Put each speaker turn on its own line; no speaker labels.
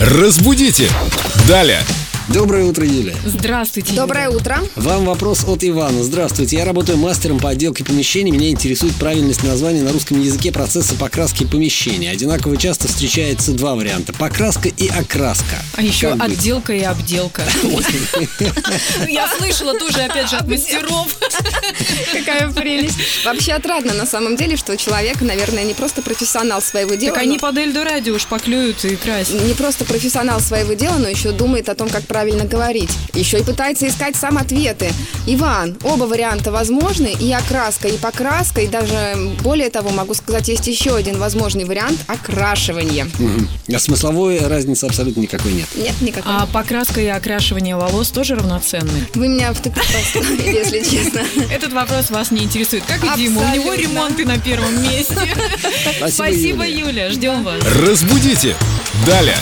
Разбудите! Далее!
Доброе утро, Юля.
Здравствуйте.
Доброе утро.
Вам вопрос от Ивана. Здравствуйте, я работаю мастером по отделке помещений. Меня интересует правильность названия на русском языке процесса покраски помещения. Одинаково часто встречается два варианта. Покраска и окраска.
А еще
Как быть?
отделка и обделка. Ну, Я слышала тоже, опять же, от мастеров.
Какая прелесть. Вообще отрадно на самом деле, что человек, наверное, не просто профессионал своего дела.
Так они
но-
под Эльдо радио шпаклюют и красят.
не просто профессионал своего дела, но еще думает о том, как правильно говорить. Еще и пытается искать сам ответы. Иван, оба варианта возможны, и окраска, и покраска, и даже м, более того, могу сказать, есть еще один возможный вариант – окрашивание.
Мгм. А смысловой разницы абсолютно никакой нет.
Нет никакой.
А покраска и окрашивание волос тоже равноценны?
Вы меня в тупик поставили, если честно.
Этот вопрос вас не интересует. Как и Дима, у него
Абсолютно.
ремонты на первом месте.
Спасибо,
Спасибо,
Юля.
Юля, ждем вас.
Разбудите! Далее!